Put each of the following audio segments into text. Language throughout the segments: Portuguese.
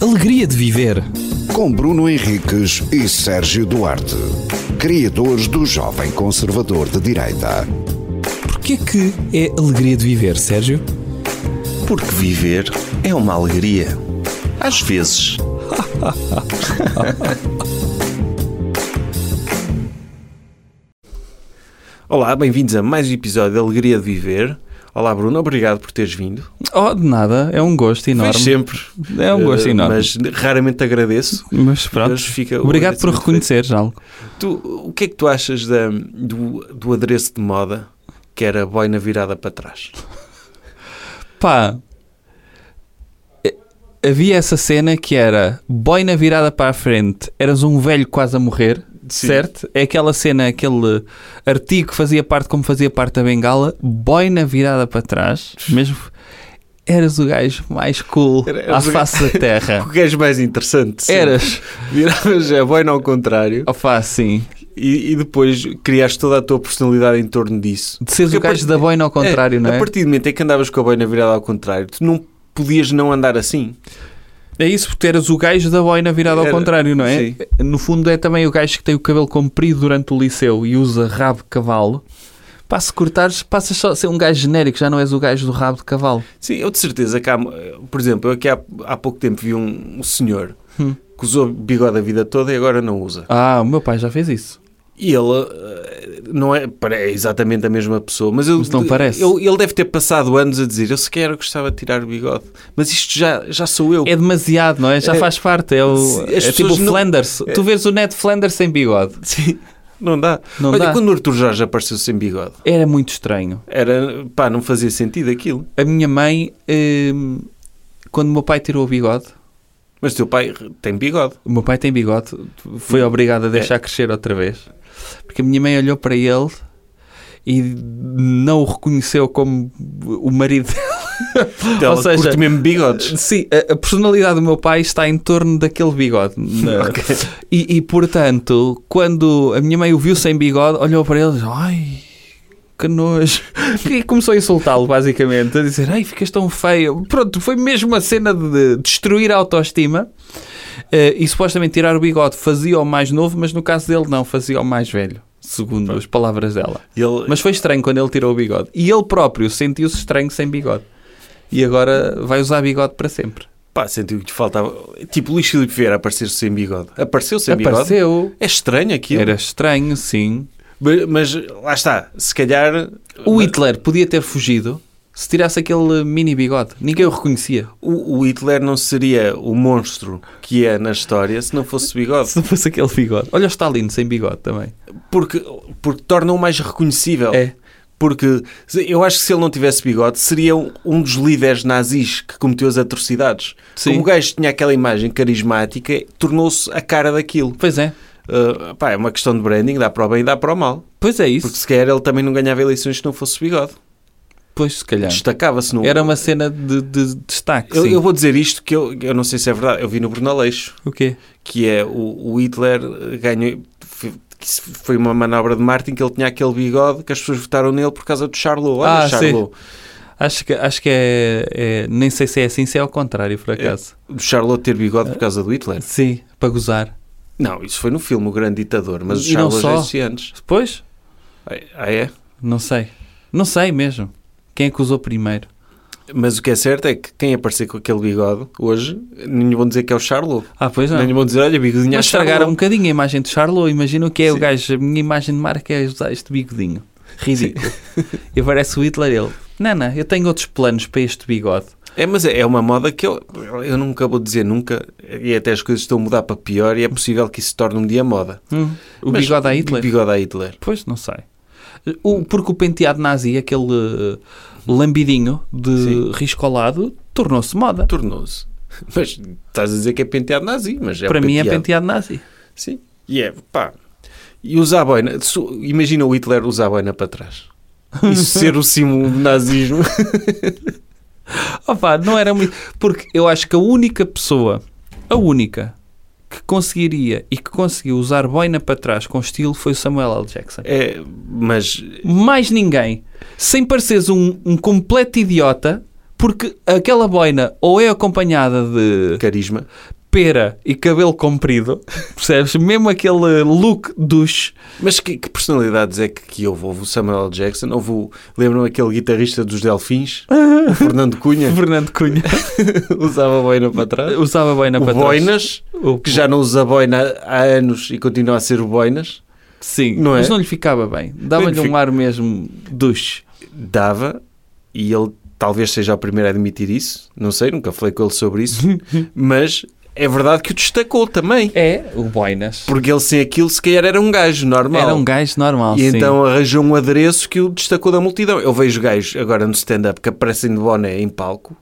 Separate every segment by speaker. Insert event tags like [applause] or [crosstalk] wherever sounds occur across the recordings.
Speaker 1: alegria de viver.
Speaker 2: Com Bruno Henriques e Sérgio Duarte, criadores do Jovem Conservador de Direita.
Speaker 1: Porquê que é alegria de viver, Sérgio?
Speaker 3: Porque viver é uma alegria. Às vezes. [laughs] Olá, bem-vindos a mais um episódio de Alegria de Viver. Olá, Bruno, obrigado por teres vindo.
Speaker 1: Oh, de nada, é um gosto enorme.
Speaker 3: Vens sempre.
Speaker 1: É um gosto
Speaker 3: Eh,
Speaker 1: enorme. Mas,
Speaker 3: Mas raramente te agradeço.
Speaker 1: pronto.
Speaker 3: Mas fica o
Speaker 1: Obrigado por
Speaker 3: agradecimento
Speaker 1: reconheceres algo.
Speaker 3: Tu, o que é que tu achas da- do, do adereço de moda que era boina virada para trás?
Speaker 1: Pá, eh, havia essa cena que era boina virada para a frente, eras um velho quase a morrer,
Speaker 3: Sim.
Speaker 1: certo? É aquela cena, aquele artigo que fazia parte, como fazia parte da bengala, boina virada para trás, mesmo. Eras o gajo mais cool
Speaker 3: Era-
Speaker 1: à
Speaker 3: eras o gajo-
Speaker 1: face da terra.
Speaker 3: O que és mais interessante? [laughs] sim.
Speaker 1: Eras,
Speaker 3: [laughs] Viravas a boina ao contrário
Speaker 1: ao face, sim.
Speaker 3: e, e depois criaste toda a tua personalidade em torno disso.
Speaker 1: De seres
Speaker 3: Porque
Speaker 1: o gajo da
Speaker 3: a partir-
Speaker 1: boina ao contrário,
Speaker 3: É,
Speaker 1: não é?
Speaker 3: A partir do momento em que andavas com a boina virada ao contrário, tu não podias não andar assim.
Speaker 1: É isso, porque eras o gajo da boina virada ao
Speaker 3: Era,
Speaker 1: contrário, não é?
Speaker 3: sim.
Speaker 1: No fundo é também o gajo que tem o cabelo comprido durante o liceu e usa rabo de cavalo. Pá, se cortares, passas só a ser um gajo genérico, já não és o gajo do rabo de cavalo.
Speaker 3: Sim, eu de certeza que há, por exemplo, eu aqui há, há pouco tempo vi um, um senhor
Speaker 1: Hum.
Speaker 3: que usou bigode a vida toda e agora não usa.
Speaker 1: Ah, o meu pai já fez isso.
Speaker 3: E ele eh, não é, pare- é exatamente a mesma pessoa, mas, eu,
Speaker 1: Mas não parece.
Speaker 3: eu- ele deve ter passado anos a dizer: Eu sequer gostava de tirar o bigode, mas isto já, já sou eu.
Speaker 1: É demasiado, não é? Já
Speaker 3: É-
Speaker 1: faz parte. É, o,
Speaker 3: Se-
Speaker 1: é
Speaker 3: as
Speaker 1: tipo o
Speaker 3: pessoas não-
Speaker 1: Flanders. Tu vês o Ned Flanders sem bigode.
Speaker 3: Sim, não dá.
Speaker 1: Não
Speaker 3: Olha,
Speaker 1: dá.
Speaker 3: quando o Arthur Jorge apareceu sem bigode,
Speaker 1: Era muito estranho.
Speaker 3: era pá, não fazia sentido aquilo.
Speaker 1: A minha mãe, hum, quando o meu pai tirou o bigode,
Speaker 3: Mas teu pai tem bigode.
Speaker 1: O meu pai tem bigode, foi obrigado a deixar crescer outra vez. Porque a minha mãe olhou para ele e não o reconheceu como o marido. [gasps]
Speaker 3: Ela
Speaker 1: Ou seja,
Speaker 3: curte mesmo bigodes.
Speaker 1: Eh, Sim, a, a personalidade do meu pai está em torno daquele bigode. [laughs] Na- e, e, portanto, quando a minha mãe o viu sem bigode, olhou para ele e disse: Ai, que nojo. [laughs] E começou a insultá-lo, basicamente, a dizer: Ai, ficas tão feio. Pronto, foi mesmo uma cena de destruir a autoestima. Eh, e supostamente tirar o bigode fazia o mais novo, mas no caso dele não, fazia o mais velho, segundo as palavras dela.
Speaker 3: Ele-
Speaker 1: Mas foi estranho quando ele tirou o bigode. E ele próprio sentiu-se estranho sem bigode. E agora vai usar bigode para sempre.
Speaker 3: Pá, sentiu que lhe faltava. Tipo Luís Filipe Vieira aparecer sem bigode. Apareceu sem bigode.
Speaker 1: Apareceu.
Speaker 3: É estranho aquilo.
Speaker 1: Era estranho, sim.
Speaker 3: Mas, mas lá está, se calhar.
Speaker 1: O Hitler podia ter fugido se tirasse aquele mini bigode. Ninguém o reconhecia. [laughs]
Speaker 3: O, o Hitler não seria o monstro que é na história se não fosse o bigode.
Speaker 1: Se não fosse aquele bigode. Olha o Stalin sem bigode também.
Speaker 3: Porque, porque torna-o mais reconhecível.
Speaker 1: É.
Speaker 3: Porque se- eu acho que se ele não tivesse bigode, seria um, um dos líderes nazis que cometeu as atrocidades.
Speaker 1: Sim.
Speaker 3: Como o gajo tinha aquela imagem carismática, tornou-se a cara daquilo.
Speaker 1: Pois é.
Speaker 3: Ah, pá, é uma questão de branding, dá para o bem e dá para o mal.
Speaker 1: Pois é
Speaker 3: Porque
Speaker 1: isso.
Speaker 3: se calhar ele também não ganhava eleições se não fosse o bigode.
Speaker 1: Pois se calhar.
Speaker 3: Destacava-se no.
Speaker 1: É. Era uma cena de, de destaque,
Speaker 3: eu,
Speaker 1: sim.
Speaker 3: eu vou dizer isto que eu, eu não sei se é verdade. Eu vi no Bruno Aleixo.
Speaker 1: O quê?
Speaker 3: que é o, o Hitler eh, ganhou. foi- que isso Foi uma manobra de Martin que ele tinha aquele bigode que as pessoas votaram nele por causa do Charlot. Olha,
Speaker 1: Ah,
Speaker 3: Charlot.
Speaker 1: Acho que, acho que é, é- Nem sei se é assim, se é ao contrário, por acaso.
Speaker 3: Do Charlot ter bigode por causa do Hitler.
Speaker 1: Sim, para gozar.
Speaker 3: Não, isso foi no filme O Grande Ditador, mas o
Speaker 1: E não
Speaker 3: Charlot
Speaker 1: só.
Speaker 3: já existia antes.
Speaker 1: Pois?
Speaker 3: Ah, é?
Speaker 1: Não sei. Não sei mesmo. Quem é que usou primeiro?
Speaker 3: Mas o que é certo é que quem aparecer com aquele bigode hoje, nem lhe vão dizer que é o Charlot.
Speaker 1: Ah, pois não.
Speaker 3: Nem lhe vão dizer, olha, bigodinho, é
Speaker 1: Mas estragaram um
Speaker 3: Charlot.
Speaker 1: bocadinho a imagem de Charlot. Imagina o que é o
Speaker 3: Sim.
Speaker 1: gajo. A minha imagem de marca é usar este bigodinho. Ridículo. e aparece o Hitler ele. Não, não, eu tenho outros planos para este bigode.
Speaker 3: É, mas é é uma moda que eu, eu nunca vou dizer nunca, e até as coisas estão a mudar para pior, e é possível que isso se torne um dia moda.
Speaker 1: O
Speaker 3: Mas-
Speaker 1: bigode a Hitler?
Speaker 3: Bigode a Hitler.
Speaker 1: Pois, não sei. O, porque o penteado nazi, aquele eh, lambidinho de
Speaker 3: Sim.
Speaker 1: risco ao lado, tornou-se moda.
Speaker 3: tornou-se. [laughs] Mas estás a dizer que é penteado nazi, mas é
Speaker 1: para mim é
Speaker 3: penteado.
Speaker 1: penteado nazi.
Speaker 3: Sim, e é, pá. E usar a boina, se- imagina o Hitler usar a boina
Speaker 1: [laughs]
Speaker 3: para trás. Isso ser o símbolo do nazismo.
Speaker 1: Opa, não era muito. Porque eu acho que a única pessoa, a única, que conseguiria e que conseguiu usar boina para trás com estilo foi o Samuel L. Jackson.
Speaker 3: É, mas
Speaker 1: Mais ninguém. Sem pareceres um, um completo idiota, porque aquela boina ou é acompanhada de
Speaker 3: carisma.
Speaker 1: pera e cabelo comprido, [laughs] percebes? Mesmo aquele look dos
Speaker 3: Mas que, que personalidades é que, que houve? Houve o Samuel L. Jackson? Houve o... Lembram aquele guitarrista
Speaker 1: [laughs]
Speaker 3: dos Delfins? o Fernando Cunha?
Speaker 1: Fernando Cunha. [laughs]
Speaker 3: Usava boina para trás.
Speaker 1: Usava boina
Speaker 3: O
Speaker 1: para trás.
Speaker 3: Boinas,
Speaker 1: O-
Speaker 3: que já não usa boina há anos e continua a ser o Boinas.
Speaker 1: Sim,
Speaker 3: Não é?
Speaker 1: mas não lhe ficava bem.
Speaker 3: Não
Speaker 1: Dava-lhe
Speaker 3: lhe
Speaker 1: um
Speaker 3: fica-
Speaker 1: ar mesmo dos
Speaker 3: Dava, e ele talvez seja o primeiro a admitir isso, não sei, nunca falei com ele sobre
Speaker 1: [laughs]
Speaker 3: isso, mas é verdade que o destacou também.
Speaker 1: É, o Boinas.
Speaker 3: Porque ele sem aquilo se calhar era um gajo normal.
Speaker 1: Era um gajo normal,
Speaker 3: E
Speaker 1: sim.
Speaker 3: então arranjou um adereço que o destacou da multidão. Eu vejo gajos agora no stand-up que aparecem de boné em palco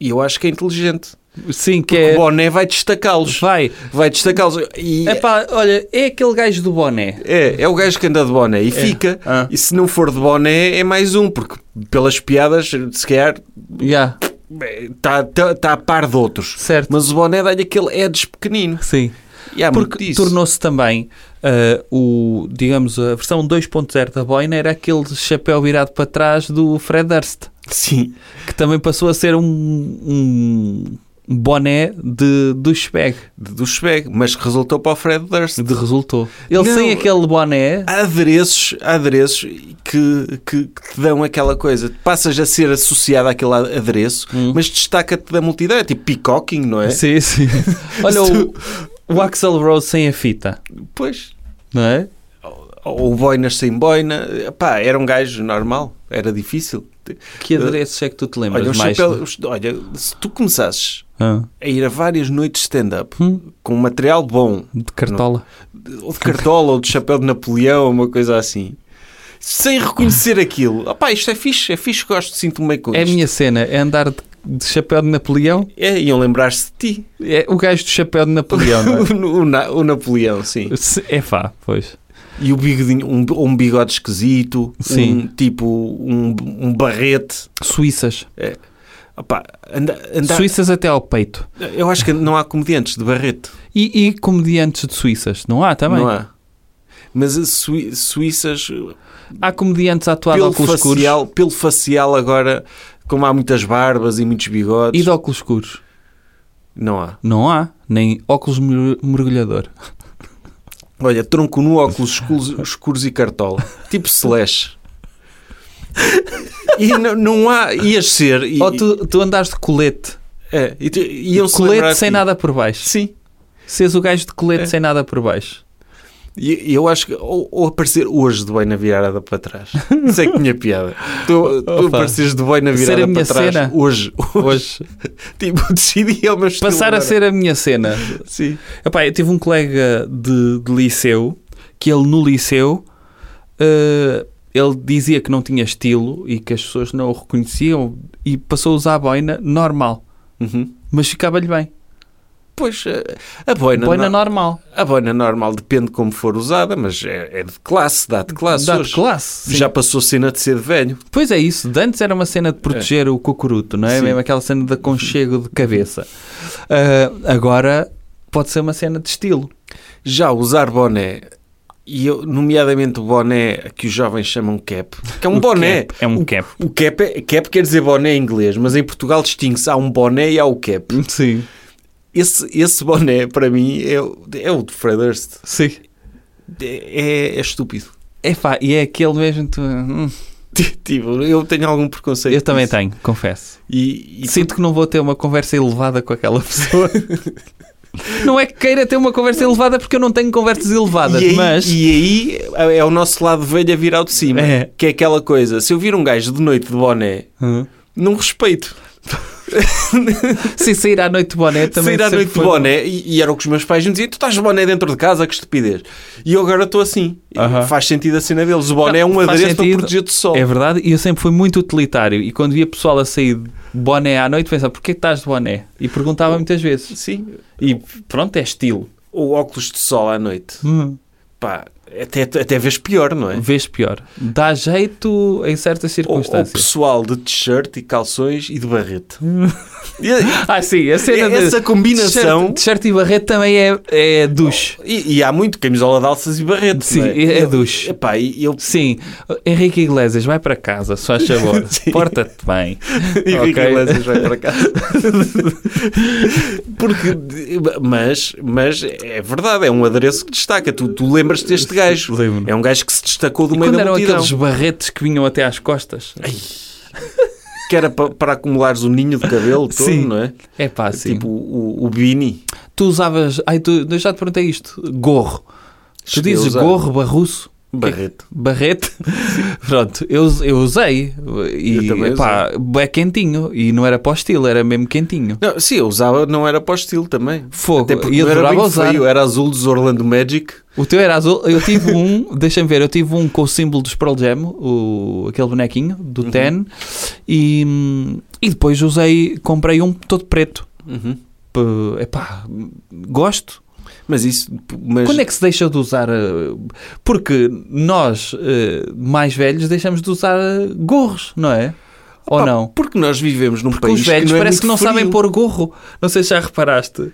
Speaker 3: e eu acho que é inteligente.
Speaker 1: Sim, que
Speaker 3: Porque
Speaker 1: é...
Speaker 3: o boné vai destacá-los.
Speaker 1: Vai.
Speaker 3: Vai destacá-los. E é,
Speaker 1: Epá, olha, é aquele gajo do boné.
Speaker 3: é, o gajo que anda de boné e fica.
Speaker 1: Ah.
Speaker 3: E se não for de boné é mais um, porque pelas piadas, se calhar,
Speaker 1: Já,
Speaker 3: está tá, tá a par de outros.
Speaker 1: certo.
Speaker 3: Mas o boné dá-lhe aquele edge pequenino.
Speaker 1: Sim.
Speaker 3: E há É muito
Speaker 1: Porque
Speaker 3: disso.
Speaker 1: tornou-se também ah, o, digamos, a versão 2.0 da boina era aquele chapéu virado para trás do Fred Durst,
Speaker 3: Sim.
Speaker 1: que também passou a ser um, um boné de, do Schweg,
Speaker 3: Do Schweg, mas resultou para o Fred Durst.
Speaker 1: de resultou. Ele
Speaker 3: Não. Ah,
Speaker 1: sem aquele boné,
Speaker 3: há adereços, há adereços que, que, que te dão aquela coisa. Passas a ser associado àquele adereço, mas destaca-te da multidão. É tipo peacocking, não é?
Speaker 1: Hum. sim,
Speaker 3: [laughs]
Speaker 1: sim. Olha o, o Axel Rose sem a fita,
Speaker 3: Pois.
Speaker 1: não é?
Speaker 3: Ou boinas sem boina. Pá, era um gajo normal. Era difícil.
Speaker 1: Que adereços é que tu te lembras
Speaker 3: Olha, um
Speaker 1: mais?
Speaker 3: chapéu, os- olha, se tu começasses
Speaker 1: Ah,
Speaker 3: a ir a várias noites de stand-up
Speaker 1: Hum.
Speaker 3: com um material bom,
Speaker 1: de cartola.
Speaker 3: ou de cartola, ou de chapéu de Napoleão, uma coisa assim... Sem reconhecer aquilo. Opá, isto é fixe, é fixe, gosto, sinto-me meio com
Speaker 1: É a
Speaker 3: isto.
Speaker 1: minha cena, é andar de, de chapéu de Napoleão,
Speaker 3: É, iam lembrar-se de ti.
Speaker 1: é o gajo do chapéu de Napoleão, não é?
Speaker 3: [laughs] o, Na- o Napoleão, sim.
Speaker 1: [laughs] Se- É fá, pois.
Speaker 3: E o bigodinho, um, um bigode esquisito,
Speaker 1: Sim.
Speaker 3: um tipo, um, um barrete.
Speaker 1: Suíças.
Speaker 3: Opá, anda, anda-
Speaker 1: Suíças até ao peito.
Speaker 3: Eu acho que não há comediantes de barrete.
Speaker 1: E, e comediantes de Suíças? Não há também.
Speaker 3: Não
Speaker 1: há.
Speaker 3: há. Mas as sui- suíças,
Speaker 1: comediantes a atuar de
Speaker 3: pelo
Speaker 1: óculos escuros
Speaker 3: facial, pelo facial agora, como há muitas barbas e muitos bigodes,
Speaker 1: e de óculos escuros.
Speaker 3: não há.
Speaker 1: Não há. Nem óculos mer- mergulhador.
Speaker 3: Olha, tronco nu, óculos escuros, [laughs] escuros e cartola. Tipo [laughs] slash. E não, não há... Ias ser... E,
Speaker 1: Ou tu, tu andares de colete.
Speaker 3: É, e, tu- iam-se lembrar
Speaker 1: colete
Speaker 3: de
Speaker 1: sem
Speaker 3: ti.
Speaker 1: nada por baixo.
Speaker 3: Sim.
Speaker 1: Seres o gajo de colete
Speaker 3: É.
Speaker 1: sem nada por baixo.
Speaker 3: E e eu acho que, ou, ou aparecer hoje de boina virada para trás. Isso é que tinha
Speaker 1: [laughs]
Speaker 3: piada. Tu, tu
Speaker 1: Opa.
Speaker 3: apareces de
Speaker 1: Ser
Speaker 3: boina
Speaker 1: a
Speaker 3: virada
Speaker 1: minha
Speaker 3: para trás
Speaker 1: cena.
Speaker 3: hoje. [laughs]
Speaker 1: Hoje.
Speaker 3: tipo, decidi ao meu estilo
Speaker 1: Passar a
Speaker 3: agora.
Speaker 1: ser a minha cena.
Speaker 3: Sim.
Speaker 1: Epá, eu tive um colega de, de liceu que ele no liceu eh, ele dizia que não tinha estilo e que as pessoas não o reconheciam e passou a usar a boina normal,
Speaker 3: Uhum.
Speaker 1: mas ficava-lhe bem.
Speaker 3: Pois, eh, a- a boina,
Speaker 1: boina
Speaker 3: no-
Speaker 1: normal,
Speaker 3: a boina normal depende como for usada, mas é, é de classe, dá de classe
Speaker 1: dá de
Speaker 3: hoje.
Speaker 1: classe. sim.
Speaker 3: Já passou cena de ser de velho.
Speaker 1: Pois é isso, de antes era uma cena de proteger o cocuruto, não é?
Speaker 3: Sim.
Speaker 1: Mesmo aquela cena de aconchego de cabeça. Eh, agora pode ser uma cena de estilo.
Speaker 3: Já usar boné, e eu, nomeadamente o boné que os jovens chamam cap, que é um
Speaker 1: O
Speaker 3: boné.
Speaker 1: cap, É um cap.
Speaker 3: O cap, é, cap quer dizer boné em inglês, mas em Portugal distingue-se. Há um boné e há o cap.
Speaker 1: Sim.
Speaker 3: Esse, esse boné, para mim, é, o- é o de Fred Durst.
Speaker 1: Sim.
Speaker 3: É, é estúpido.
Speaker 1: É pá, e é aquele mesmo. que tu- hum,
Speaker 3: Tipo, eu tenho algum preconceito.
Speaker 1: eu também
Speaker 3: disso.
Speaker 1: tenho, confesso.
Speaker 3: E, e
Speaker 1: Sinto que não vou ter uma conversa elevada com aquela [laughs] pessoa. não é que queira ter uma conversa elevada porque eu não tenho conversas elevadas,
Speaker 3: e aí,
Speaker 1: mas
Speaker 3: e aí é o nosso lado velho a vir ao de cima.
Speaker 1: É.
Speaker 3: Que é aquela coisa, se eu vir um gajo de noite de boné,
Speaker 1: Hum.
Speaker 3: não respeito.
Speaker 1: se sair à noite de boné também.
Speaker 3: Sair à
Speaker 1: sempre
Speaker 3: noite de
Speaker 1: foi-
Speaker 3: boné, é e, e era o que os meus pais me diziam, tu estás de boné dentro de casa, que estupidez. E eu agora estou assim.
Speaker 1: Aham.
Speaker 3: Faz sentido a cena deles. O boné é
Speaker 1: Não,
Speaker 3: um
Speaker 1: faz
Speaker 3: adereço para
Speaker 1: sentido.
Speaker 3: proteger do sol.
Speaker 1: É verdade, e eu sempre fui muito utilitário. E quando via pessoal a sair de boné à noite, pensava, porquê que estás de boné? E perguntava muitas vezes.
Speaker 3: Sim.
Speaker 1: E pronto, é estilo.
Speaker 3: Hum. Ou óculos de sol à noite. Pá, Até, até vês pior, não é?
Speaker 1: Vês pior. Dá jeito em certas
Speaker 3: Ou, ou
Speaker 1: circunstâncias.
Speaker 3: pessoal de t-shirt e calções e
Speaker 1: [laughs]
Speaker 3: de barrete. E-
Speaker 1: ah, sim, a
Speaker 3: e-
Speaker 1: cena de-
Speaker 3: essa combinação.
Speaker 1: T-shirt t-shirt e barrete também é, é duche.
Speaker 3: E, e há muito camisola de alças e barrete.
Speaker 1: Sim,
Speaker 3: não
Speaker 1: é- é duche.
Speaker 3: Epá, e eu
Speaker 1: Sim, Henrique Iglesias, vai para casa, só a [laughs] favor. Porta-te bem.
Speaker 3: E Ricky
Speaker 1: Ok.
Speaker 3: Iglesias vai para
Speaker 1: [laughs]
Speaker 3: casa. Porque, mas, mas é verdade, é um adereço que destaca. Tu, tu lembras-te deste gajo.
Speaker 1: Lembro-me.
Speaker 3: É um gajo que se destacou do
Speaker 1: E
Speaker 3: meio
Speaker 1: quando
Speaker 3: da
Speaker 1: eram
Speaker 3: multidão.
Speaker 1: aqueles barretes que vinham até às costas?
Speaker 3: Que era pa- para, acumulares o ninho de cabelo todo,
Speaker 1: Sim.
Speaker 3: não é?
Speaker 1: É pá, sim.
Speaker 3: Tipo o, o Bini.
Speaker 1: tu usavas. Ai, tu, eu já te perguntei isto. Gorro. Tu
Speaker 3: Cheguei a
Speaker 1: dizes
Speaker 3: usar.
Speaker 1: gorro barruço?
Speaker 3: Barreto.
Speaker 1: Barrete? Pronto, eu, eu usei. E
Speaker 3: Eu também
Speaker 1: pá, é quentinho. E não era para o estilo, era mesmo quentinho.
Speaker 3: Não, sim, eu usava, não era para o estilo também.
Speaker 1: Fogo,
Speaker 3: Até porque
Speaker 1: e
Speaker 3: não era
Speaker 1: adorava
Speaker 3: bem
Speaker 1: usar.
Speaker 3: feio, era azul dos Orlando Magic.
Speaker 1: O teu era azul. Eu tive um, [laughs] deixa-me ver, eu tive um com o símbolo dos Pearl Jam, o, aquele bonequinho do Ten. E, e depois usei, comprei um todo preto. P- Epá, gosto.
Speaker 3: Mas isso. Mas,
Speaker 1: Quando é que se deixa de usar? eh, Porque nós, eh, mais velhos, deixamos de usar eh, gorros, não é? Ou
Speaker 3: Pá,
Speaker 1: não?
Speaker 3: Porque nós vivemos num
Speaker 1: Porque
Speaker 3: país.
Speaker 1: os velhos
Speaker 3: que não é
Speaker 1: parece
Speaker 3: muito
Speaker 1: que não
Speaker 3: frio.
Speaker 1: sabem pôr gorro. Não sei se já reparaste.